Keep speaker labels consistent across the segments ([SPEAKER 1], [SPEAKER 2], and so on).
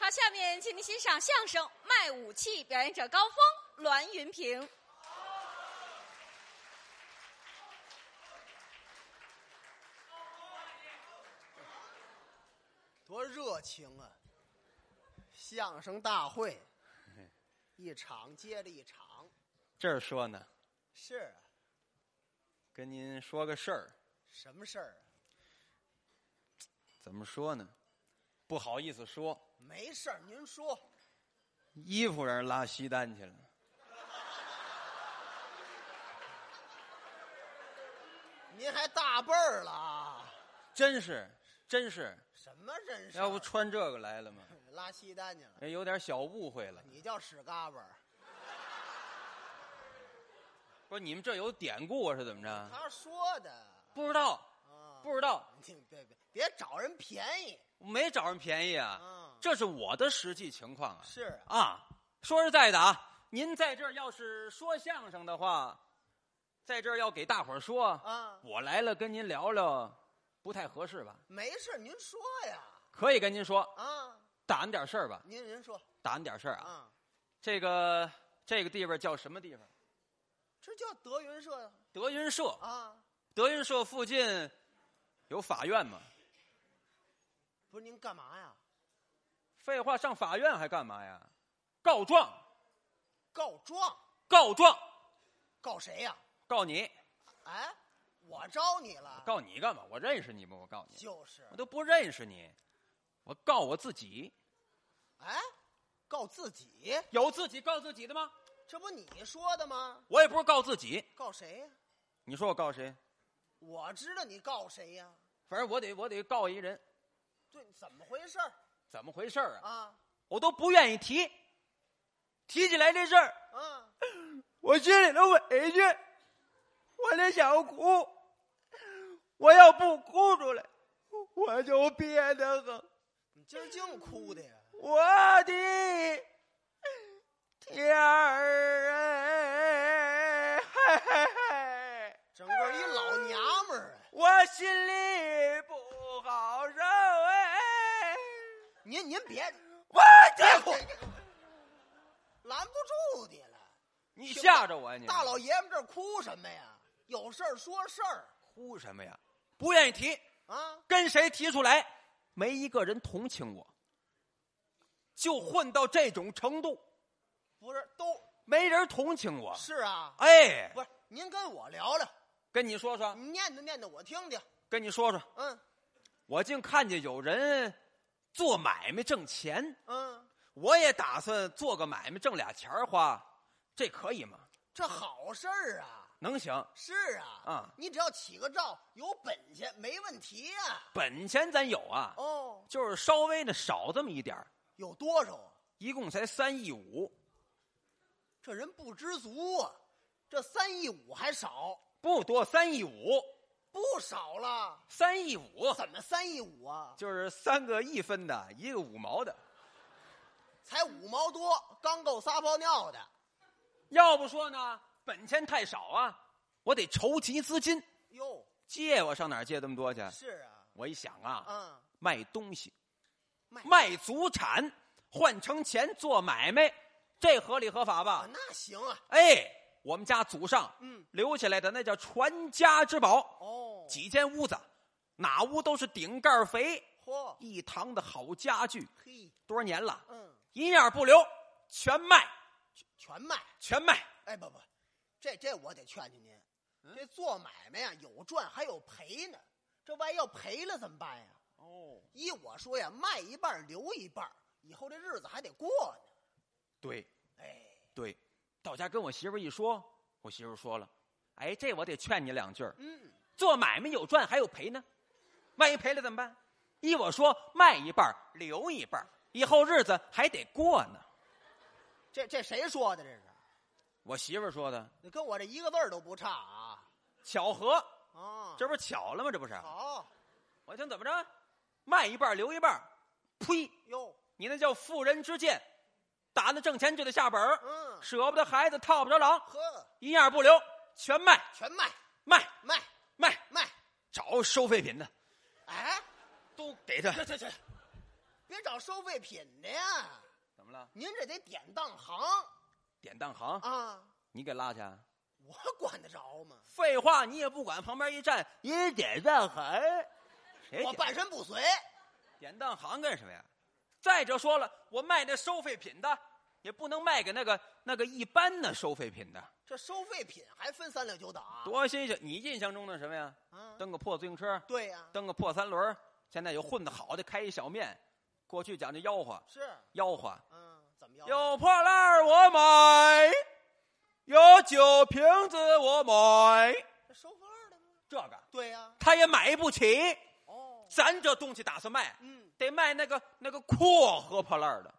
[SPEAKER 1] 好，下面请您欣赏相声《卖武器》，表演者高峰、栾云平。
[SPEAKER 2] 多热情啊！相声大会，一场接着一场。
[SPEAKER 3] 这儿说呢，
[SPEAKER 2] 是啊，
[SPEAKER 3] 跟您说个事儿，
[SPEAKER 2] 什么事儿啊？
[SPEAKER 3] 怎么说呢？不好意思说，
[SPEAKER 2] 没事儿，您说。
[SPEAKER 3] 衣服让人拉稀单去了。
[SPEAKER 2] 您还大辈儿了啊？
[SPEAKER 3] 真是，真是，
[SPEAKER 2] 什么人事儿？啊
[SPEAKER 3] 要不穿这个来了吗？
[SPEAKER 2] 拉稀单去了？
[SPEAKER 3] 哎有点小误会了。
[SPEAKER 2] 你叫屎嘎巴儿，
[SPEAKER 3] 不是你们这有典故啊？是怎么着？
[SPEAKER 2] 他说的
[SPEAKER 3] 不知道，
[SPEAKER 2] 啊。
[SPEAKER 3] 不知道，
[SPEAKER 2] 您别别别找人便宜
[SPEAKER 3] 我没找人便宜啊
[SPEAKER 2] 嗯。
[SPEAKER 3] 这是我的实际情况啊。
[SPEAKER 2] 是啊，
[SPEAKER 3] 啊，说实在的啊，您在这儿要是说相声的话，在这儿要给大伙儿说，
[SPEAKER 2] 啊
[SPEAKER 3] 我来了跟您聊聊，不太合适吧？
[SPEAKER 2] 没事儿，您说呀
[SPEAKER 3] 可以跟您说，
[SPEAKER 2] 啊。
[SPEAKER 3] 打俺点事儿吧，
[SPEAKER 2] 您您说
[SPEAKER 3] 打俺点事儿啊。
[SPEAKER 2] 啊，
[SPEAKER 3] 这个这个地方叫什么地方？
[SPEAKER 2] 这叫德云社
[SPEAKER 3] 德云社，
[SPEAKER 2] 啊？
[SPEAKER 3] 德云社附近有法院吗？
[SPEAKER 2] 不是您干嘛呀？
[SPEAKER 3] 废话，上法院还干嘛呀？告状，
[SPEAKER 2] 告状？
[SPEAKER 3] 告状，
[SPEAKER 2] 告谁呀？
[SPEAKER 3] 告你，
[SPEAKER 2] 哎，我招你了，
[SPEAKER 3] 啊告你干嘛？我认识你吗？我告你，啊
[SPEAKER 2] 就是
[SPEAKER 3] 我都不认识你，我告我自己。
[SPEAKER 2] 哎，告自己，
[SPEAKER 3] 有自己告自己的吗？
[SPEAKER 2] 这不你说的吗？
[SPEAKER 3] 我也不是告自己，
[SPEAKER 2] 告谁呀？
[SPEAKER 3] 你说我告谁？
[SPEAKER 2] 我知道你告谁呀？
[SPEAKER 3] 反正我得我得告一人，
[SPEAKER 2] 这怎么回事儿
[SPEAKER 3] 怎么回事儿啊？
[SPEAKER 2] 啊？
[SPEAKER 3] 我都不愿意提，提起来这事儿，
[SPEAKER 2] 啊，
[SPEAKER 3] 我心里头委屈，我得想哭，我要不哭出来，我就憋得很。
[SPEAKER 2] 你今儿净哭的呀？
[SPEAKER 3] 我的天儿哎，嘿嘿嘿，
[SPEAKER 2] 整个一老娘们儿啊！
[SPEAKER 3] 我心里不好受哎，
[SPEAKER 2] 您您别
[SPEAKER 3] 我
[SPEAKER 2] 别哭
[SPEAKER 3] 这，
[SPEAKER 2] 拦不住你了，
[SPEAKER 3] 你吓着我呀你！
[SPEAKER 2] 大老爷们这儿哭什么呀？有事儿说事儿
[SPEAKER 3] 哭什么呀？不愿意提，
[SPEAKER 2] 啊！
[SPEAKER 3] 跟谁提出来，没一个人同情我，就混到这种程度，
[SPEAKER 2] 不是都
[SPEAKER 3] 没人同情我。
[SPEAKER 2] 是啊？
[SPEAKER 3] 哎，
[SPEAKER 2] 不是，您跟我聊聊，
[SPEAKER 3] 跟你说说，
[SPEAKER 2] 你念叨念叨我听听。
[SPEAKER 3] 跟你说说，
[SPEAKER 2] 嗯
[SPEAKER 3] 我竟看见有人做买卖挣钱，
[SPEAKER 2] 嗯，
[SPEAKER 3] 我也打算做个买卖挣俩钱儿花，这可以吗？
[SPEAKER 2] 这好事儿啊！
[SPEAKER 3] 能行？
[SPEAKER 2] 是啊，
[SPEAKER 3] 啊
[SPEAKER 2] 你只要起个照，有本钱没问题呀、
[SPEAKER 3] 本钱咱有啊，
[SPEAKER 2] 哦，
[SPEAKER 3] 就是稍微的少这么一点儿
[SPEAKER 2] 有多少啊？
[SPEAKER 3] 一共才三亿五，
[SPEAKER 2] 这人不知足啊，这三亿五还少，
[SPEAKER 3] 不多，三亿五，
[SPEAKER 2] 不少了。
[SPEAKER 3] 三亿五，
[SPEAKER 2] 怎么三亿五啊？
[SPEAKER 3] 就是三个一分的，一个五毛的。
[SPEAKER 2] 才五毛多，刚够撒泡尿的。
[SPEAKER 3] 要不说呢，本钱太少啊，我得筹集资金，
[SPEAKER 2] 哟，
[SPEAKER 3] 借我上哪儿借这么多去？
[SPEAKER 2] 是啊，
[SPEAKER 3] 我一想啊，
[SPEAKER 2] 嗯，
[SPEAKER 3] 卖东西，
[SPEAKER 2] 卖
[SPEAKER 3] 卖祖产，换成钱做买卖，这合理合法
[SPEAKER 2] 啊，
[SPEAKER 3] 吧？
[SPEAKER 2] 那行啊，
[SPEAKER 3] 哎，我们家祖上
[SPEAKER 2] 嗯
[SPEAKER 3] 留下来的那叫传家之宝，
[SPEAKER 2] 哦，
[SPEAKER 3] 几间屋子，哪屋都是顶盖肥，
[SPEAKER 2] 嚯，
[SPEAKER 3] 一堂的好家具，
[SPEAKER 2] 嘿，
[SPEAKER 3] 多少年了，
[SPEAKER 2] 嗯，
[SPEAKER 3] 一样不留，全卖，
[SPEAKER 2] 全卖。
[SPEAKER 3] 全卖。
[SPEAKER 2] 哎，不不，这这我得劝劝您，这做买卖呀、有赚还有赔呢，这万一要赔了怎么办呀？
[SPEAKER 3] 哦，
[SPEAKER 2] 依我说呀，卖一半儿留一半儿，以后这日子还得过呢。
[SPEAKER 3] 对。
[SPEAKER 2] 哎，
[SPEAKER 3] 对，到家跟我媳妇儿一说，我媳妇儿说了，哎，这我得劝你两句儿
[SPEAKER 2] 嗯，
[SPEAKER 3] 做买卖有赚还有赔呢，万一赔了怎么办？依我说，卖一半儿留一半儿，以后日子还得过呢。
[SPEAKER 2] 这这谁说的？这是
[SPEAKER 3] 我媳妇儿说的，
[SPEAKER 2] 你跟我这一个字儿都不差啊！
[SPEAKER 3] 巧合，
[SPEAKER 2] 啊，
[SPEAKER 3] 这不是巧了吗？这不是？
[SPEAKER 2] 好
[SPEAKER 3] 我一听怎么着，卖一半儿留一半儿，呸！
[SPEAKER 2] 哟，
[SPEAKER 3] 你那叫妇人之见，打那挣钱就得下本儿，
[SPEAKER 2] 嗯
[SPEAKER 3] 舍不得孩子套不着狼，
[SPEAKER 2] 呵，
[SPEAKER 3] 一样不留，全卖
[SPEAKER 2] 全卖
[SPEAKER 3] 卖
[SPEAKER 2] 卖
[SPEAKER 3] 卖，
[SPEAKER 2] 卖！
[SPEAKER 3] 找收废品的
[SPEAKER 2] 哎，
[SPEAKER 3] 都给他。
[SPEAKER 2] 这这，别找收废品的呀？
[SPEAKER 3] 怎么了？
[SPEAKER 2] 您这得典当行
[SPEAKER 3] 典当行，
[SPEAKER 2] 啊，
[SPEAKER 3] 你给拉去啊？
[SPEAKER 2] 我管得着吗？
[SPEAKER 3] 废话，你也不管，旁边一站，你典当行，谁
[SPEAKER 2] 我
[SPEAKER 3] 典
[SPEAKER 2] 半身不遂，
[SPEAKER 3] 典当行干什么呀？再者说了，我卖那收废品的，也不能卖给那个那个一般的收废品的，
[SPEAKER 2] 这收废品还分三六九等啊？
[SPEAKER 3] 多新鲜！你印象中的什么呀？
[SPEAKER 2] 啊，
[SPEAKER 3] 蹬个破自行车，
[SPEAKER 2] 对呀、
[SPEAKER 3] 蹬个破三轮儿，现在有混得好的开一小面，过去讲究吆喝，
[SPEAKER 2] 是，
[SPEAKER 3] 吆喝，
[SPEAKER 2] 嗯，怎么样？
[SPEAKER 3] 有破烂儿我买，有酒瓶子我买，
[SPEAKER 2] 这收破烂的吗？
[SPEAKER 3] 这个
[SPEAKER 2] 对呀、
[SPEAKER 3] 他也买不起。
[SPEAKER 2] 哦，
[SPEAKER 3] 咱这东西打算卖，
[SPEAKER 2] 嗯，
[SPEAKER 3] 得卖那个那个阔和破烂儿的，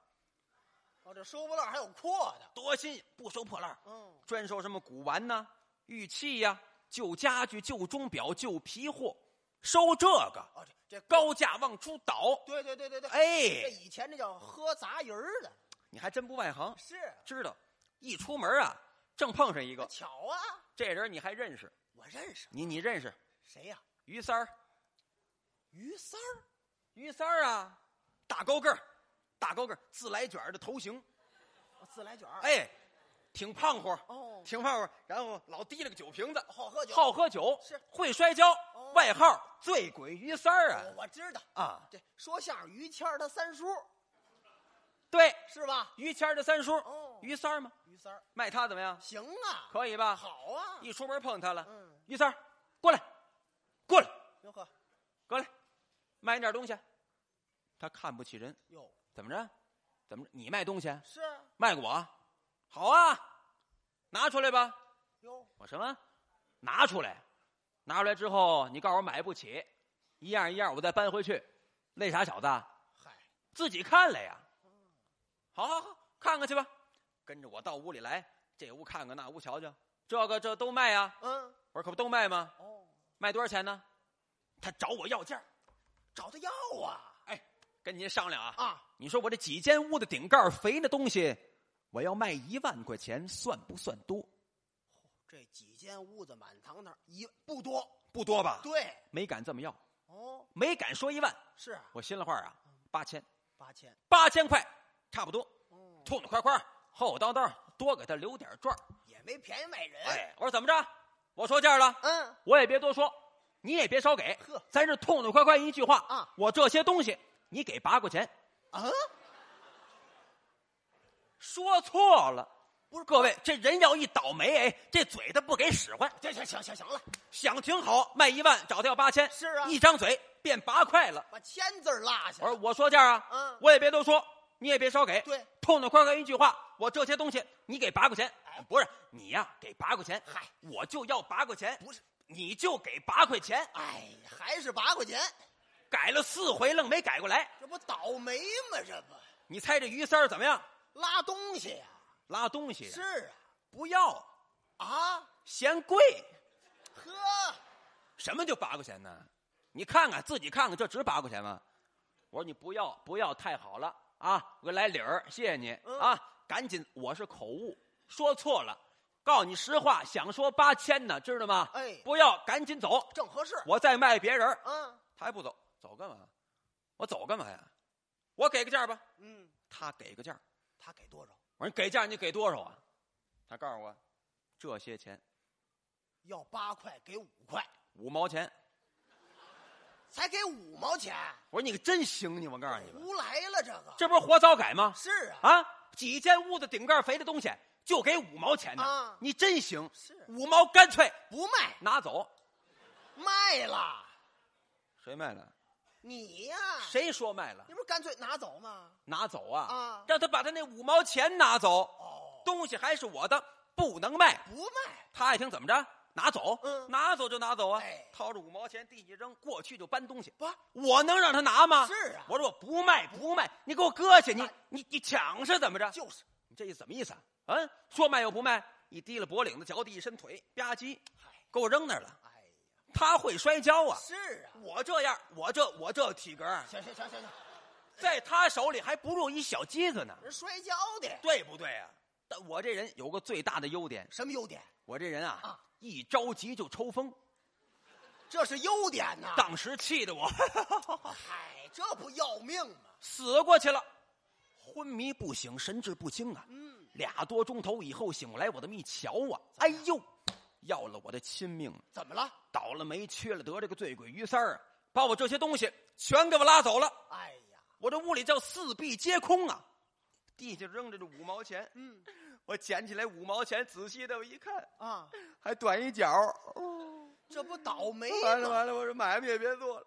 [SPEAKER 2] 哦，这收破烂还有扩的，
[SPEAKER 3] 多新鲜！不收破烂儿，
[SPEAKER 2] 嗯，
[SPEAKER 3] 专收什么古玩呐、玉器呀、旧家具、旧钟表、旧皮货，收这个
[SPEAKER 2] 哦，这这
[SPEAKER 3] 高价往出倒。
[SPEAKER 2] 对对对对对，，这
[SPEAKER 3] 哎，
[SPEAKER 2] 以前这叫喝杂鱼儿的，
[SPEAKER 3] 你还真不外行，
[SPEAKER 2] 是
[SPEAKER 3] 知道？一出门啊，正碰上一个，
[SPEAKER 2] 巧啊，
[SPEAKER 3] 这人你还认识？
[SPEAKER 2] 我认识
[SPEAKER 3] 你你认识
[SPEAKER 2] 谁呀、
[SPEAKER 3] 于三儿？
[SPEAKER 2] 于三儿，
[SPEAKER 3] 于三儿啊，大高个儿，大高个儿，自来卷儿的头型，
[SPEAKER 2] 哦自来卷儿，，
[SPEAKER 3] 哎，挺胖乎，
[SPEAKER 2] 哦，
[SPEAKER 3] 挺胖乎，然后老提了个酒瓶子，
[SPEAKER 2] 好喝酒，
[SPEAKER 3] 好喝酒，
[SPEAKER 2] 是
[SPEAKER 3] 会摔跤，
[SPEAKER 2] 哦
[SPEAKER 3] 外号醉鬼于三儿啊
[SPEAKER 2] 我我知道，
[SPEAKER 3] 啊！
[SPEAKER 2] 这说相声于谦儿他三叔
[SPEAKER 3] 对，
[SPEAKER 2] 是吧？
[SPEAKER 3] 于谦儿的三叔，
[SPEAKER 2] 哦，
[SPEAKER 3] 于三儿嘛，
[SPEAKER 2] 于三儿，
[SPEAKER 3] 卖他怎么样？
[SPEAKER 2] 行啊，
[SPEAKER 3] 可以吧？
[SPEAKER 2] 好啊，
[SPEAKER 3] 一出门碰他了，
[SPEAKER 2] 嗯，
[SPEAKER 3] 于三儿，过来，过来，
[SPEAKER 2] 哟呵，
[SPEAKER 3] 过来，卖你点东西。他看不起人，
[SPEAKER 2] 哟，
[SPEAKER 3] 怎么着？怎么着？你卖东西？
[SPEAKER 2] 是
[SPEAKER 3] 卖给我啊？好啊，拿出来吧。
[SPEAKER 2] 哟，
[SPEAKER 3] 我什么？拿出来，拿出来之后，你告诉我买不起，一样一样，我再搬回去。那傻小子，啊
[SPEAKER 2] 嗨，
[SPEAKER 3] 自己看来呀。好好好，看看去吧。跟着我到屋里来，这屋看看，那屋瞧瞧，这个这都卖呀。
[SPEAKER 2] 嗯，
[SPEAKER 3] 我说可不都卖吗？
[SPEAKER 2] 哦，
[SPEAKER 3] 卖多少钱呢？他找我要价儿，
[SPEAKER 2] 找他要啊
[SPEAKER 3] 跟您商量啊。
[SPEAKER 2] 啊，
[SPEAKER 3] 你说我这几间屋的顶盖儿肥那东西，我要卖一万块钱，算不算多？
[SPEAKER 2] 这几间屋子满堂那儿一不多，
[SPEAKER 3] 不多吧？
[SPEAKER 2] 对，
[SPEAKER 3] 没敢这么要，
[SPEAKER 2] 哦，
[SPEAKER 3] 没敢说一万。
[SPEAKER 2] 是啊，
[SPEAKER 3] 我心里话啊，八千，
[SPEAKER 2] 八千，
[SPEAKER 3] 八千块，差不多，
[SPEAKER 2] 哦，
[SPEAKER 3] 痛痛快快，厚厚道道，多给他留点赚儿。
[SPEAKER 2] 也没便宜卖人，
[SPEAKER 3] 哎，我说怎么着？我说价了，
[SPEAKER 2] 嗯，
[SPEAKER 3] 我也别多说，你也别少给，
[SPEAKER 2] 呵
[SPEAKER 3] 咱是痛痛快快一句话
[SPEAKER 2] 啊。
[SPEAKER 3] 我这些东西，你给八块钱，
[SPEAKER 2] 啊，
[SPEAKER 3] 说错了。
[SPEAKER 2] 不是
[SPEAKER 3] 各位，这人要一倒霉，哎，这嘴他不给使唤。
[SPEAKER 2] 这行行行行了，
[SPEAKER 3] 想挺好，卖一万，找他要八千，
[SPEAKER 2] 是啊
[SPEAKER 3] 一张嘴变八块了。
[SPEAKER 2] 把千字儿落下
[SPEAKER 3] 我说
[SPEAKER 2] 了，
[SPEAKER 3] 我说价啊，
[SPEAKER 2] 嗯
[SPEAKER 3] 我也别多说，你也别少给，
[SPEAKER 2] 对，
[SPEAKER 3] 痛痛快快一句话，我这些东西你给八块钱
[SPEAKER 2] 哎，
[SPEAKER 3] 不是你呀、给八块钱，
[SPEAKER 2] 嗨，
[SPEAKER 3] 我就要八块钱，
[SPEAKER 2] 不是，
[SPEAKER 3] 你就给八块钱，
[SPEAKER 2] 哎，还是八块钱，
[SPEAKER 3] 改了四回愣没改过来，
[SPEAKER 2] 这不倒霉吗？这不
[SPEAKER 3] 你猜这于三儿怎么样？
[SPEAKER 2] 拉东西呀、
[SPEAKER 3] 拉东西
[SPEAKER 2] 是
[SPEAKER 3] 不要，
[SPEAKER 2] 啊，啊，
[SPEAKER 3] 嫌贵，
[SPEAKER 2] 呵，
[SPEAKER 3] 什么就八块钱呢？你看看自己看看，这值八块钱吗？我说你不要不要太好了啊！我给来理儿，谢谢你、
[SPEAKER 2] 嗯
[SPEAKER 3] 啊！赶紧，我是口误，说错了，告诉你实话，想说八千呢，知道吗？
[SPEAKER 2] 哎，
[SPEAKER 3] 不要，赶紧走，
[SPEAKER 2] 正合适，
[SPEAKER 3] 我再卖别人儿。
[SPEAKER 2] 嗯
[SPEAKER 3] 他还不走，走干嘛？我走干嘛呀？我给个价吧。
[SPEAKER 2] 嗯，
[SPEAKER 3] 他给个价，
[SPEAKER 2] 他给多少？
[SPEAKER 3] 我说你给价你给多少啊？他告诉我，这些钱
[SPEAKER 2] 要八块给五块，
[SPEAKER 3] 五毛钱。
[SPEAKER 2] 才给五毛钱，
[SPEAKER 3] 我说你可真行，你我告诉你吧，
[SPEAKER 2] 胡来了这个，
[SPEAKER 3] 哎这不是活糟改吗？
[SPEAKER 2] 是啊，
[SPEAKER 3] 啊，几间屋子顶盖肥的东西就给五毛钱呢，
[SPEAKER 2] 啊
[SPEAKER 3] 你真行，
[SPEAKER 2] 是
[SPEAKER 3] 五毛干脆
[SPEAKER 2] 不卖
[SPEAKER 3] 拿走。
[SPEAKER 2] 卖了，
[SPEAKER 3] 谁卖了？
[SPEAKER 2] 你呀、
[SPEAKER 3] 谁说卖了
[SPEAKER 2] 你？不是干脆拿走吗？
[SPEAKER 3] 拿走啊！
[SPEAKER 2] 啊
[SPEAKER 3] 让他把他那五毛钱拿走，
[SPEAKER 2] 哦，
[SPEAKER 3] 东西还是我的，不能卖。
[SPEAKER 2] 不卖，
[SPEAKER 3] 他爱听怎么着，拿走，
[SPEAKER 2] 嗯
[SPEAKER 3] 拿走就拿走啊！
[SPEAKER 2] 哎
[SPEAKER 3] 掏着五毛钱地一扔，过去就搬东西。
[SPEAKER 2] 不，
[SPEAKER 3] 我能让他拿吗？
[SPEAKER 2] 是啊
[SPEAKER 3] 我说我不卖，不卖，你给我搁下，你
[SPEAKER 2] 哎
[SPEAKER 3] 你你抢是怎么着？
[SPEAKER 2] 就是
[SPEAKER 3] 你这意思什么意思啊？啊，说卖又不卖，一提了脖领子，脚底一伸腿，吧唧，给我扔那儿了。
[SPEAKER 2] 哎呀，
[SPEAKER 3] 他会摔跤啊！
[SPEAKER 2] 是啊，
[SPEAKER 3] 我这样，我这我这体格，
[SPEAKER 2] 行行行行行，
[SPEAKER 3] 在他手里还不如一小鸡子呢，
[SPEAKER 2] 人摔跤的
[SPEAKER 3] 对不对啊？但我这人有个最大的优点，
[SPEAKER 2] 什么优点？
[SPEAKER 3] 我这人啊，
[SPEAKER 2] 啊
[SPEAKER 3] 一着急就抽风，
[SPEAKER 2] 这是优点呐、
[SPEAKER 3] 当时气得我。
[SPEAKER 2] 嗨，这不要命病嘛，
[SPEAKER 3] 死过去了，昏迷不醒，神志不清啊。嗯，俩多钟头以后醒来，我这么一瞧啊，哎呦，要了我的亲命了，
[SPEAKER 2] 怎么了？
[SPEAKER 3] 倒了霉，缺了德，这个醉鬼于三儿啊，把我这些东西全给我拉走了。
[SPEAKER 2] 哎呀，
[SPEAKER 3] 我这屋里叫四壁皆空啊！地下扔着这五毛钱，
[SPEAKER 2] 嗯
[SPEAKER 3] 我捡起来五毛钱，仔细的我一看，
[SPEAKER 2] 啊，
[SPEAKER 4] 还短一角。
[SPEAKER 2] 这不倒霉
[SPEAKER 4] 完了
[SPEAKER 2] 吗？
[SPEAKER 4] 完了，我说买卖也别做了，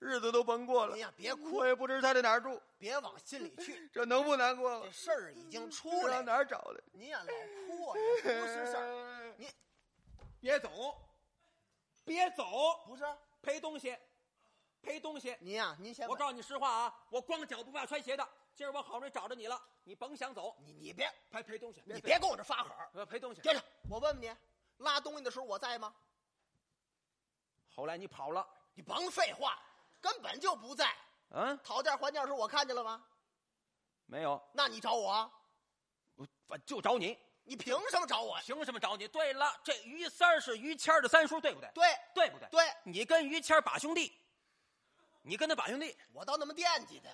[SPEAKER 4] 日子都甭过了
[SPEAKER 2] 哎。呀，别哭
[SPEAKER 4] 我，也不知他在哪儿住，
[SPEAKER 2] 别往心里去，
[SPEAKER 4] 这能不难过
[SPEAKER 2] 这
[SPEAKER 4] 吗？
[SPEAKER 2] 事儿已经出
[SPEAKER 4] 不知
[SPEAKER 2] 来
[SPEAKER 4] 道
[SPEAKER 2] 了。
[SPEAKER 4] 哪儿找的。哎
[SPEAKER 2] 您呀，老哭啊，也不是事儿，你
[SPEAKER 3] 别走，别走，
[SPEAKER 2] 不是
[SPEAKER 3] 赔东西，赔东西。
[SPEAKER 2] 您呀，您先
[SPEAKER 3] 我告诉你实话啊，我光脚不怕穿鞋的。今儿我好不容易找着你了，你甭想走，
[SPEAKER 2] 你，你别，
[SPEAKER 3] 赔赔东西，
[SPEAKER 2] 你别跟我这发狠儿，
[SPEAKER 3] 呃赔东西。
[SPEAKER 2] 接着我问问你，拉东西的时候我在吗？
[SPEAKER 3] 后来你跑了，
[SPEAKER 2] 你甭废话，根本就不在。
[SPEAKER 3] 嗯，
[SPEAKER 2] 讨价还价的时候我看见了吗？
[SPEAKER 3] 没有，
[SPEAKER 2] 那你找我，啊
[SPEAKER 3] 我我就找你，
[SPEAKER 2] 你凭什么找我？
[SPEAKER 3] 凭什么找你？对了，这于三儿是于谦儿的三叔，对不对？
[SPEAKER 2] 对
[SPEAKER 3] 对不对？
[SPEAKER 2] 对，
[SPEAKER 3] 你跟于谦儿把兄弟，你跟他把兄弟，
[SPEAKER 2] 我倒那么惦记他。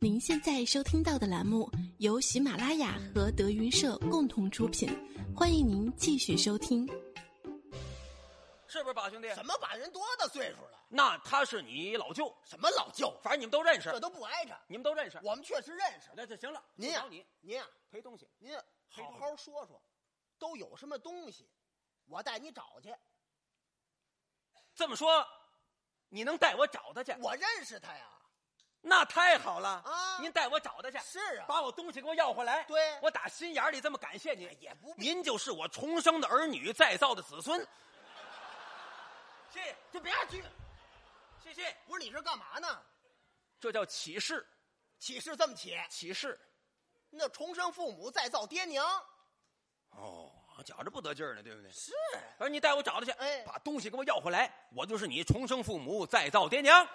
[SPEAKER 5] 您现在收听到的栏目由喜马拉雅和德云社共同出品，欢迎您继续收听。
[SPEAKER 3] 是不是把兄弟？
[SPEAKER 2] 什么把人多大岁数了？
[SPEAKER 3] 那他是你老舅，
[SPEAKER 2] 什么老舅？
[SPEAKER 3] 反正你们都认识
[SPEAKER 2] 这，都不挨着。
[SPEAKER 3] 你们都认识。
[SPEAKER 2] 我们确实认识。
[SPEAKER 3] 那就行了，
[SPEAKER 2] 您
[SPEAKER 3] 就
[SPEAKER 2] 呀
[SPEAKER 3] 找你，
[SPEAKER 2] 您呀，
[SPEAKER 3] 赔东西，
[SPEAKER 2] 您好好说说，都有什么东西，我带你找去。
[SPEAKER 3] 这么说，你能带我找他去？
[SPEAKER 2] 我认识他呀。
[SPEAKER 3] 那太好了
[SPEAKER 2] 啊
[SPEAKER 3] 您带我找他去，
[SPEAKER 2] 是啊，
[SPEAKER 3] 把我东西给我要回来。
[SPEAKER 2] 对
[SPEAKER 3] 我打心眼里这么感谢您
[SPEAKER 2] 哎，也不必。
[SPEAKER 3] 您就是我重生的儿女，再造的子孙。谢谢，
[SPEAKER 2] 就别去。
[SPEAKER 3] 谢谢，
[SPEAKER 2] 不是你这干嘛呢？
[SPEAKER 3] 这叫启示，
[SPEAKER 2] 起誓这么起，
[SPEAKER 3] 启示。
[SPEAKER 2] 那重生父母再造爹娘。
[SPEAKER 3] 哦，觉着不得劲儿呢，对不哎对？
[SPEAKER 2] 是，
[SPEAKER 3] 我说你带我找他去，
[SPEAKER 2] 哎
[SPEAKER 3] 把东西给我要回来，我就是你重生父母，再造爹娘，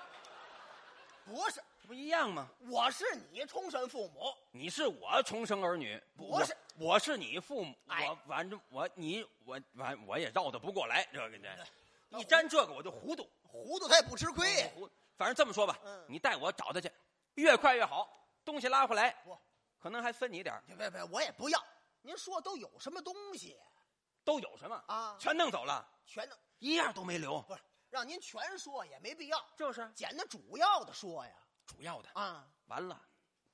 [SPEAKER 2] 不是？
[SPEAKER 3] 这不一样吗？
[SPEAKER 2] 我是你重生父母，
[SPEAKER 3] 你是我重生儿女，
[SPEAKER 2] 不是
[SPEAKER 3] 我，我是你父母，
[SPEAKER 2] 哎
[SPEAKER 3] 我反正我你我反我也绕得不过来，这个这，
[SPEAKER 2] 那
[SPEAKER 3] 一沾这个我就糊涂，
[SPEAKER 2] 糊涂他也不吃亏。
[SPEAKER 3] 我糊，反正这么说吧，
[SPEAKER 2] 嗯
[SPEAKER 3] 你带我找他去，越快越好，东西拉回来，
[SPEAKER 2] 不
[SPEAKER 3] 可能还分你点儿
[SPEAKER 2] 别别别，我也不要。您说都有什么东西
[SPEAKER 3] 都有什么
[SPEAKER 2] 啊
[SPEAKER 3] 全弄走了，
[SPEAKER 2] 全能
[SPEAKER 3] 一样都没留，
[SPEAKER 2] 不是让您全说也没必要，
[SPEAKER 3] 就是
[SPEAKER 2] 捡那主要的说呀。
[SPEAKER 3] 主要的，
[SPEAKER 2] 啊，
[SPEAKER 3] 完了，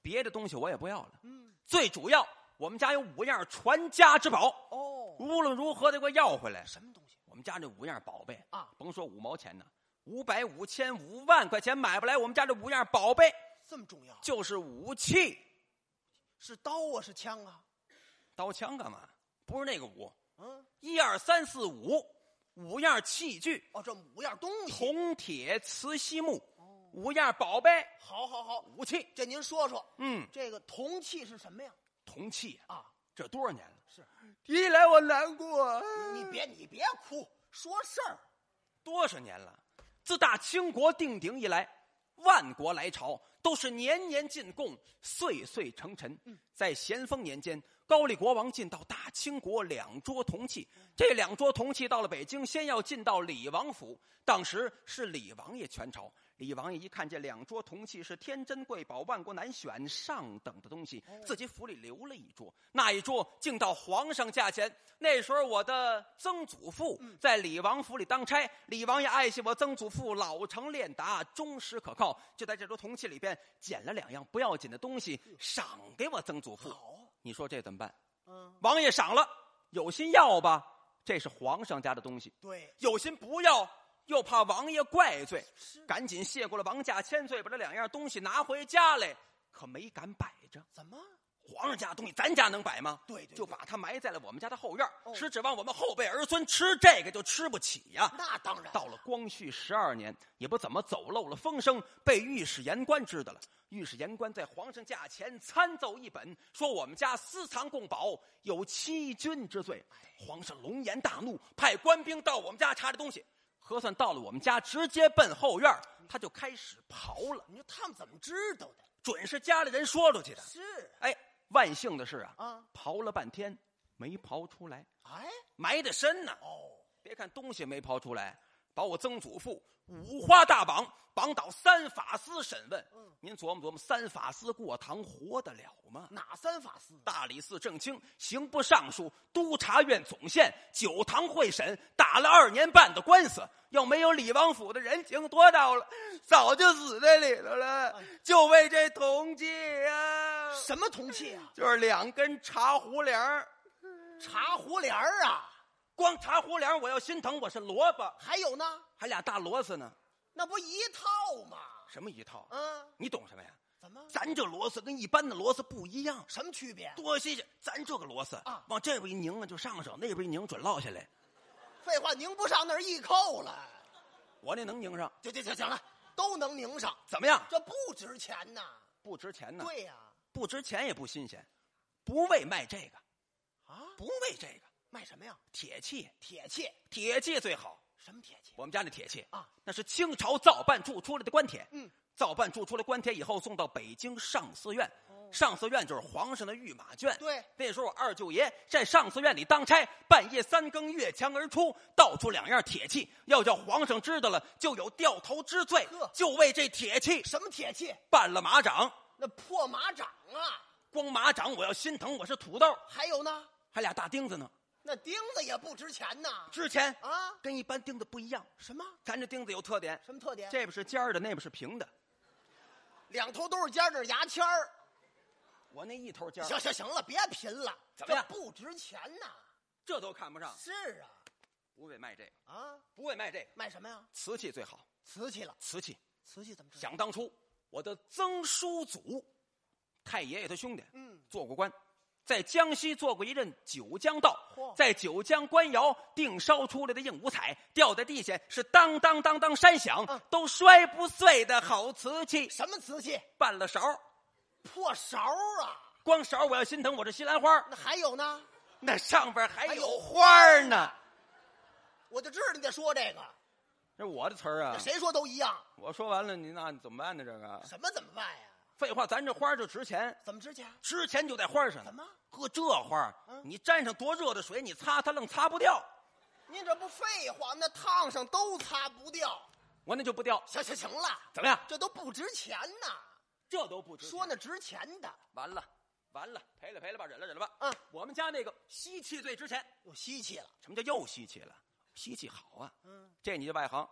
[SPEAKER 3] 别的东西我也不要了，
[SPEAKER 2] 嗯，
[SPEAKER 3] 最主要我们家有五样传家之宝，
[SPEAKER 2] 哦，
[SPEAKER 3] 无论如何得给我要回来，
[SPEAKER 2] 什么东西？
[SPEAKER 3] 我们家这五样宝贝
[SPEAKER 2] 啊
[SPEAKER 3] 甭说五毛钱呢，五百、五千、五万块钱买不来我们家这五样宝贝，
[SPEAKER 2] 这么重要？
[SPEAKER 3] 就是武器，
[SPEAKER 2] 是刀啊，是枪啊？
[SPEAKER 3] 刀枪干嘛？不是那个五，
[SPEAKER 2] 嗯，
[SPEAKER 3] 一二三四五，五样器具，
[SPEAKER 2] 哦，这五样东西。
[SPEAKER 3] 铜、铁、瓷、锡、木，五样宝贝
[SPEAKER 2] 好好好，
[SPEAKER 3] 武器。
[SPEAKER 2] 这您说说，
[SPEAKER 3] 嗯，
[SPEAKER 2] 这个铜器是什么呀？
[SPEAKER 3] 铜器啊，
[SPEAKER 2] 啊，
[SPEAKER 3] 这多少年了？
[SPEAKER 4] 提起来我难过。
[SPEAKER 3] 嗯
[SPEAKER 2] 你别你别哭，说事儿。
[SPEAKER 3] 多少年了？自大清国定鼎以来，万国来朝都是年年进贡，岁岁成臣。在咸丰年间，高丽国王进到大清国两桌铜器，这两桌铜器到了北京，先要进到李王府。当时是李王爷全朝，李王爷一看这两桌铜器是天珍贵宝，万国难选，上等的东西，自己府里留了一桌，那一桌竟到皇上驾前。那时候我的曾祖父在李王府里当差，李王爷爱惜我曾祖父老成练达，忠实可靠，就在这桌铜器里边捡了两样不要紧的东西，赏给我曾祖父。
[SPEAKER 2] 好，
[SPEAKER 3] 你说这怎么办？
[SPEAKER 2] 嗯，
[SPEAKER 3] 王爷赏了，有心要吧，这是皇上家的东西；
[SPEAKER 2] 对，
[SPEAKER 3] 有心不要，又怕王爷怪罪，
[SPEAKER 2] 是
[SPEAKER 3] 赶紧谢过了王家千岁，把这两样东西拿回家来，可没敢摆着。
[SPEAKER 2] 怎么？
[SPEAKER 3] 皇上家的东西，咱家能摆吗？
[SPEAKER 2] 对对对
[SPEAKER 3] 就把它埋在了我们家的后院儿，
[SPEAKER 2] 哦
[SPEAKER 3] 是指望我们后辈儿孙吃这个就吃不起呀、
[SPEAKER 2] 那当然。
[SPEAKER 3] 到了光绪十二年，也不怎么走漏了风声，被御史言官知道了。御史言官在皇上驾前参奏一本，说我们家私藏贡宝，有欺君之罪。
[SPEAKER 2] 哎
[SPEAKER 3] 皇上龙颜大怒，派官兵到我们家查这东西。核算到了我们家，直接奔后院儿，他就开始刨了，
[SPEAKER 2] 你说他们怎么知道的？
[SPEAKER 3] 准是家里人说出去的。
[SPEAKER 2] 是
[SPEAKER 3] 哎，万幸的是啊，
[SPEAKER 2] 啊，
[SPEAKER 3] 刨了半天没刨出来，
[SPEAKER 2] 哎，
[SPEAKER 3] 埋得深呢、
[SPEAKER 2] 哦，
[SPEAKER 3] 别看东西没刨出来，把我曾祖父五花大绑绑倒三法司审问。
[SPEAKER 2] 嗯
[SPEAKER 3] 您琢磨琢磨，三法司过堂活得了吗？
[SPEAKER 2] 哪三法啊司？
[SPEAKER 3] 大理寺正卿、刑部尚书、督察院总宪、九堂会审，打了二年半的官司。要没有李王府的人情多到了，早就死在里头
[SPEAKER 2] 哎
[SPEAKER 3] 了。就为这铜器啊，
[SPEAKER 2] 什么铜器啊？
[SPEAKER 3] 就是两根茶壶梁儿
[SPEAKER 2] 茶壶帘儿啊？
[SPEAKER 3] 光茶壶梁儿我要心疼，我是萝卜，
[SPEAKER 2] 还有呢？
[SPEAKER 3] 还俩大螺丝呢。
[SPEAKER 2] 那不一套吗？
[SPEAKER 3] 什么一套？
[SPEAKER 2] 嗯，
[SPEAKER 3] 你懂什么呀？
[SPEAKER 2] 怎么？
[SPEAKER 3] 咱这螺丝跟一般的螺丝不一样，
[SPEAKER 2] 什么区别？
[SPEAKER 3] 多新鲜！咱这个螺丝
[SPEAKER 2] 啊
[SPEAKER 3] 往这边一拧啊就上手，那边一拧准落下来。
[SPEAKER 2] 废话，拧不上那儿一扣了。
[SPEAKER 3] 我那能拧上，
[SPEAKER 2] 就就就行了，都能拧上，
[SPEAKER 3] 怎么样？
[SPEAKER 2] 这不值钱呐。
[SPEAKER 3] 不值钱呢，
[SPEAKER 2] 对呀、
[SPEAKER 3] 不值钱也不新鲜，不为卖这个，
[SPEAKER 2] 啊，
[SPEAKER 3] 不为这个
[SPEAKER 2] 卖什么呀？
[SPEAKER 3] 铁器，
[SPEAKER 2] 铁器？
[SPEAKER 3] 铁器最好。
[SPEAKER 2] 什么铁器？
[SPEAKER 3] 我们家那铁器
[SPEAKER 2] 啊，
[SPEAKER 3] 那是清朝造办处出来的官铁。
[SPEAKER 2] 嗯，
[SPEAKER 3] 造办处出来官铁以后，送到北京上寺院。上寺院就是皇上的御马圈。
[SPEAKER 2] 哦对
[SPEAKER 3] 那时候我二舅爷在上寺院里当差，半夜三更越墙而出，倒出两样铁器，要叫皇上知道了，就有掉头之罪
[SPEAKER 2] 呵。
[SPEAKER 3] 就为这铁器
[SPEAKER 2] 什么铁器？
[SPEAKER 3] 办了马掌，
[SPEAKER 2] 那破马掌啊！
[SPEAKER 3] 光马掌我要心疼，我是土豆，
[SPEAKER 2] 还有呢？
[SPEAKER 3] 还俩大钉子呢。
[SPEAKER 2] 那钉子也不值钱呐。
[SPEAKER 3] 之前
[SPEAKER 2] 啊
[SPEAKER 3] 跟一般钉子不一样，
[SPEAKER 2] 什么？
[SPEAKER 3] 咱这钉子有特点，
[SPEAKER 2] 什么特点？
[SPEAKER 3] 这边是尖儿的，那边是平的。
[SPEAKER 2] 两头都是尖儿，这是牙签儿。
[SPEAKER 3] 我那一头尖儿，
[SPEAKER 2] 行行行了，别贫了，
[SPEAKER 3] 啊怎么样
[SPEAKER 2] 这不值钱呐。
[SPEAKER 3] 这都看不上。
[SPEAKER 2] 是啊，
[SPEAKER 3] 不为卖这个，
[SPEAKER 2] 啊，
[SPEAKER 3] 不为卖这个，
[SPEAKER 2] 卖什么呀？
[SPEAKER 3] 瓷器最好。
[SPEAKER 2] 瓷器了，
[SPEAKER 3] 瓷器，
[SPEAKER 2] 瓷器怎么值？
[SPEAKER 3] 想当初我的曾叔祖，太爷爷他兄弟，
[SPEAKER 2] 嗯，
[SPEAKER 3] 做过官，在江西做过一任九江道
[SPEAKER 2] 嚯，
[SPEAKER 3] 在九江官窑定烧出来的硬五彩，掉在地下是当当当当山响
[SPEAKER 2] 嗯，
[SPEAKER 3] 都摔不碎的好瓷器。
[SPEAKER 2] 什么瓷器？
[SPEAKER 3] 拌了勺，
[SPEAKER 2] 破勺儿啊！
[SPEAKER 3] 光勺我要心疼，我这西兰花，
[SPEAKER 2] 那还有呢？
[SPEAKER 3] 那上边还
[SPEAKER 2] 还有
[SPEAKER 3] 有花儿呢。
[SPEAKER 2] 我就知道你得说这个，
[SPEAKER 3] 这我的词儿啊
[SPEAKER 2] 那，谁说都一样。
[SPEAKER 3] 我说完了，您那怎么办呢？这个
[SPEAKER 2] 什么怎么办呀？
[SPEAKER 3] 废话，咱这花儿就值钱。
[SPEAKER 2] 怎么值钱？
[SPEAKER 3] 值钱就在花儿上呢。
[SPEAKER 2] 怎么
[SPEAKER 3] 呵，这花儿
[SPEAKER 2] 嗯
[SPEAKER 3] 你沾上多热的水，你擦它愣擦不掉。
[SPEAKER 2] 您这不废话，那烫上都擦不掉。
[SPEAKER 3] 我那就不掉。
[SPEAKER 2] 行行行了，
[SPEAKER 3] 怎么样？
[SPEAKER 2] 这都不值钱呐，
[SPEAKER 3] 这都不值钱。
[SPEAKER 2] 说那值钱的
[SPEAKER 3] 完了，完了，赔了赔了吧，忍了忍了吧。
[SPEAKER 2] 嗯，
[SPEAKER 3] 我们家那个锡器最值钱。
[SPEAKER 2] 又稀奇了。
[SPEAKER 3] 什么叫又稀奇了？稀奇好啊，
[SPEAKER 2] 嗯，
[SPEAKER 3] 这你就外行，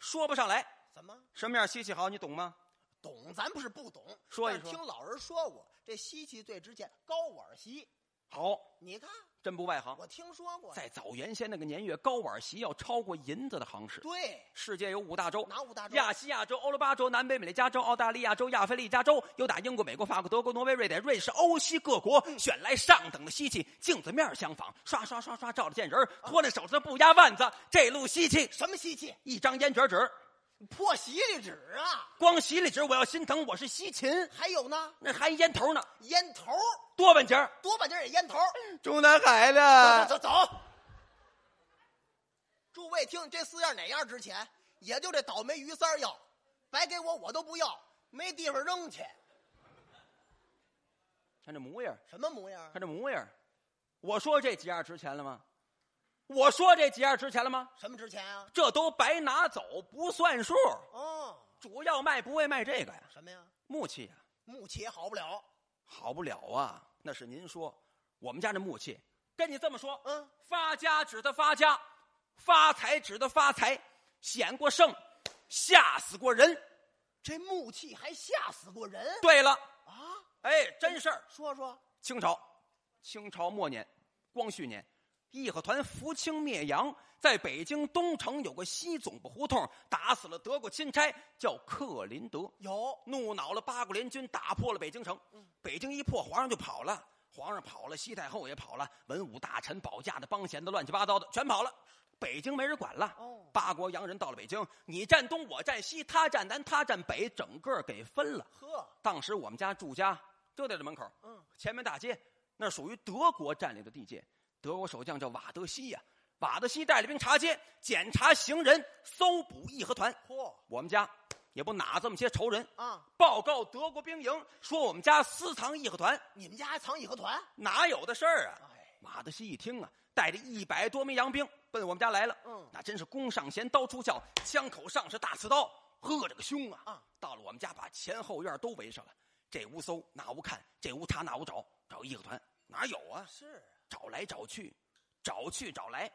[SPEAKER 3] 说不上来。
[SPEAKER 2] 怎么
[SPEAKER 3] 什么样稀奇好，你懂吗？
[SPEAKER 2] 懂？咱不是不懂，
[SPEAKER 3] 说一
[SPEAKER 2] 但是
[SPEAKER 3] 说
[SPEAKER 2] 听老人说过，这稀奇最值钱，高碗席。
[SPEAKER 3] 好，
[SPEAKER 2] 你看，
[SPEAKER 3] 真不外行。
[SPEAKER 2] 我听说过。
[SPEAKER 3] 哦在早原先那个年月，高碗席要超过银子的行市。
[SPEAKER 2] 对，
[SPEAKER 3] 世界有五大洲，
[SPEAKER 2] 哪五大洲啊
[SPEAKER 3] 亚细亚洲、欧罗巴洲、南北美利加州、澳大利亚州、亚非利加州，又打英国、美国、法国、德国、挪威、瑞典、瑞士、欧西各国，
[SPEAKER 2] 嗯
[SPEAKER 3] 选来上等的稀奇，镜子面相仿，刷刷刷刷照着见人儿，
[SPEAKER 2] 啊
[SPEAKER 3] 脱了手上的布压腕子，这路稀奇，
[SPEAKER 2] 什么稀奇？
[SPEAKER 3] 一张烟卷纸，
[SPEAKER 2] 破席里纸啊，
[SPEAKER 3] 光洗里纸，我要心疼，我是西芹，
[SPEAKER 2] 还有呢，
[SPEAKER 3] 那还烟头呢，
[SPEAKER 2] 烟头，
[SPEAKER 3] 多半截儿
[SPEAKER 2] 多半截儿也烟头。
[SPEAKER 4] 中南海
[SPEAKER 2] 走
[SPEAKER 3] 嗯
[SPEAKER 4] 的
[SPEAKER 2] 走走走。
[SPEAKER 3] 呃
[SPEAKER 2] 诸位听，这四样哪样值钱？也就这倒霉鱼三儿要，白给我我都不要，没地方扔去。
[SPEAKER 3] 看这模样儿，
[SPEAKER 2] 什么模样？
[SPEAKER 3] 看这模样儿，我说这几样值钱了吗？我说这几样值钱了吗？
[SPEAKER 2] 什么值钱啊？
[SPEAKER 3] 这都白拿走，不算数。
[SPEAKER 2] 哦，
[SPEAKER 3] 主要卖不为卖这个呀，
[SPEAKER 2] 什么呀？
[SPEAKER 3] 木器呀、
[SPEAKER 2] 木器也好不了。
[SPEAKER 3] 好不了啊。那是您说，我们家这木器，跟你这么说，
[SPEAKER 2] 嗯，
[SPEAKER 3] 发家指的发家，发财指的发财，显过圣，吓死过人。
[SPEAKER 2] 这木器还吓死过人
[SPEAKER 3] 对了，
[SPEAKER 2] 啊！
[SPEAKER 3] 哎，真事儿，
[SPEAKER 2] 说说
[SPEAKER 3] 清朝，清朝末年，光绪年，义和团扶清灭洋，在北京东城有个西总部胡同，打死了德国钦差，叫克林德。
[SPEAKER 2] 有
[SPEAKER 3] 怒恼了八国联军，打破了北京城。北京一破，皇上就跑了，皇上跑了，西太后也跑了，文武大臣、保驾的、帮闲的、乱七八糟的全跑了。北京没人管了
[SPEAKER 2] 哦，
[SPEAKER 3] 八国洋人到了北京，你站东，我站西，他站南，他站北，整个给分了。
[SPEAKER 2] 呵，
[SPEAKER 3] 当时我们家住家就在这门口，
[SPEAKER 2] 嗯，
[SPEAKER 3] 前门大街，那属于德国占领的地界。德国守将叫瓦德西呀、瓦德西带了兵查街，检查行人，搜捕义和团。
[SPEAKER 2] 嚯
[SPEAKER 3] 我们家也不哪这么些仇人
[SPEAKER 2] 啊！
[SPEAKER 3] 报告德国兵营说我们家私藏义和团，
[SPEAKER 2] 你们家还藏义和团？
[SPEAKER 3] 哪有的事儿啊？
[SPEAKER 2] 哎，
[SPEAKER 3] 马德西一听啊，带着一百多名洋兵奔我们家来了。
[SPEAKER 2] 嗯
[SPEAKER 3] 那真是弓上弦，刀出鞘，枪口上是大刺刀。呵着个凶啊！
[SPEAKER 2] 啊，
[SPEAKER 3] 到了我们家，把前后院都围上了，这屋搜，那屋看，这屋查，那屋找，找一个团，哪有啊？
[SPEAKER 2] 是
[SPEAKER 3] 找来找去，找去找来，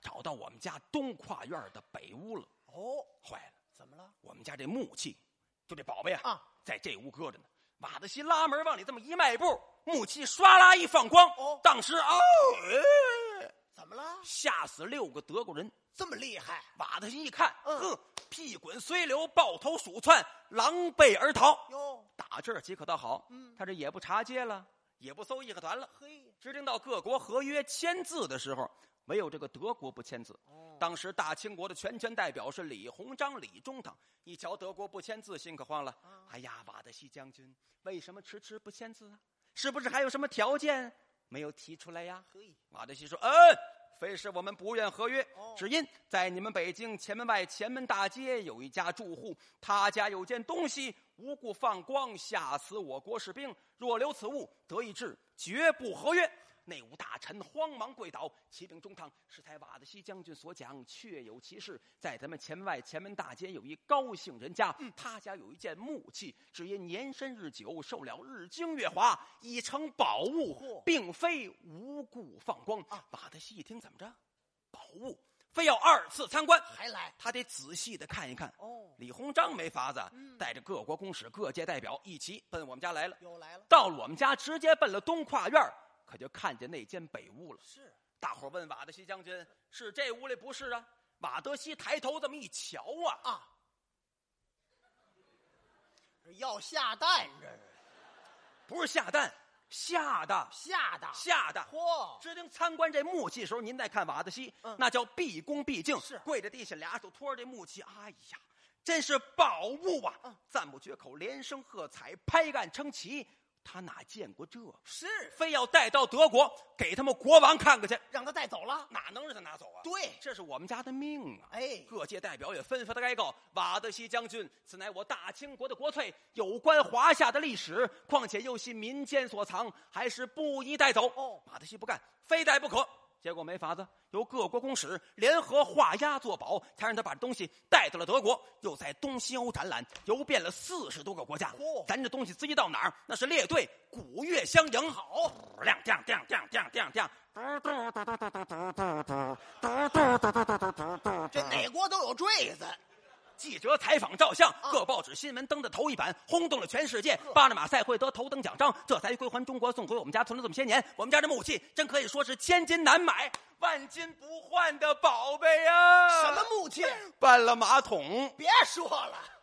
[SPEAKER 3] 找到我们家东跨院的北屋了。
[SPEAKER 2] 哦，
[SPEAKER 3] 坏了，
[SPEAKER 2] 怎么了？
[SPEAKER 3] 我们家这木器，就这宝贝啊，
[SPEAKER 2] 啊
[SPEAKER 3] 在这屋搁着呢。瓦德西拉门往里这么一迈步，木器唰啦一放光，
[SPEAKER 2] 哦
[SPEAKER 3] 当时哦，哎
[SPEAKER 2] 怎么了？
[SPEAKER 3] 吓死六个德国人。
[SPEAKER 2] 这么厉害？
[SPEAKER 3] 瓦特西一看，
[SPEAKER 2] 嗯
[SPEAKER 3] 哼，屁滚虽流，抱头鼠窜，狼狈而逃。
[SPEAKER 2] 哟，
[SPEAKER 3] 打这儿起可倒好，
[SPEAKER 2] 嗯
[SPEAKER 3] 他这也不查街了，也不搜义和团了。
[SPEAKER 2] 嘿，
[SPEAKER 3] 直听到各国合约签字的时候，唯有这个德国不签字。
[SPEAKER 2] 嗯哦
[SPEAKER 3] 当时大清国的全权代表是李鸿章、李中堂。一瞧德国不签字，心可慌了。哎呀，瓦德西将军，为什么迟迟不签字啊？是不是还有什么条件没有提出来呀？
[SPEAKER 2] 嘿，
[SPEAKER 3] 马德西说：“嗯，非是我们不愿合约，
[SPEAKER 2] 哦
[SPEAKER 3] 只因在你们北京前门外前门大街有一家住户，他家有件东西，无故放光，吓死我国士兵。若留此物，德意志绝不合约。”内务大臣慌忙跪倒，启禀中堂：“适才瓦德西将军所讲，确有其事。在咱们前门外前门大街有一高姓人家，他家有一件木器，只因年深日久，受了日精月华，已成宝物。
[SPEAKER 2] 嚯
[SPEAKER 3] 并非无故放光。瓦德西一听怎么着，宝物非要二次参观，
[SPEAKER 2] 还来？
[SPEAKER 3] 他得仔细的看一看。
[SPEAKER 2] 哦，
[SPEAKER 3] 李鸿章没法子，带着各国公使、各界代表一起奔我们家来了。
[SPEAKER 2] 又来了。
[SPEAKER 3] 到了我们家，直接奔了东跨院儿，可就看见那间北屋了。
[SPEAKER 2] 是
[SPEAKER 3] 大伙儿问瓦德西将军：“是这屋里不是啊？”瓦德西抬头这么一瞧啊，
[SPEAKER 2] 啊，要下蛋，这是
[SPEAKER 3] 不是下蛋，吓的，
[SPEAKER 2] 下蛋。
[SPEAKER 3] 吓的。
[SPEAKER 2] 嚯，
[SPEAKER 3] 只听参观这木器时候，您再看瓦德西，
[SPEAKER 2] 嗯
[SPEAKER 3] 那叫毕恭毕敬，
[SPEAKER 2] 是
[SPEAKER 3] 跪在地下，俩手托着这木器，哎呀，真是宝物啊！
[SPEAKER 2] 嗯
[SPEAKER 3] 赞不绝口，连声喝彩，拍案称奇。他哪见过这，
[SPEAKER 2] 是
[SPEAKER 3] 非要带到德国给他们国王看看去，
[SPEAKER 2] 让他带走了。
[SPEAKER 3] 哪能让他拿走啊？
[SPEAKER 2] 对
[SPEAKER 3] 这是我们家的命啊！
[SPEAKER 2] 哎，
[SPEAKER 3] 各界代表也纷纷的哀告：“瓦德西将军，此乃我大清国的国粹，有关华夏的历史，况且又系民间所藏，还是不宜带走。”
[SPEAKER 2] 哦
[SPEAKER 3] 瓦德西不干，非带不可。结果没法子，由各国公使联合画押作保，才让他把东西带到了德国，又在东西欧展览，游遍了四十多个国家。
[SPEAKER 2] 嚯
[SPEAKER 3] 咱这东西追到哪儿，那是列队鼓乐相迎。好，亮亮亮亮亮亮亮，
[SPEAKER 2] 这哪国都有坠子。
[SPEAKER 3] 记者采访、照相，
[SPEAKER 2] 哦
[SPEAKER 3] 各报纸新闻登的头一版，轰动了全世界。巴拿马赛会得头等奖章，这才归还中国，送回我们家，存了这么些年。我们家这木器真可以说是千金难买、万金不换的宝贝呀、
[SPEAKER 2] 呃什么木器？
[SPEAKER 3] 搬了马桶，
[SPEAKER 2] 别说了，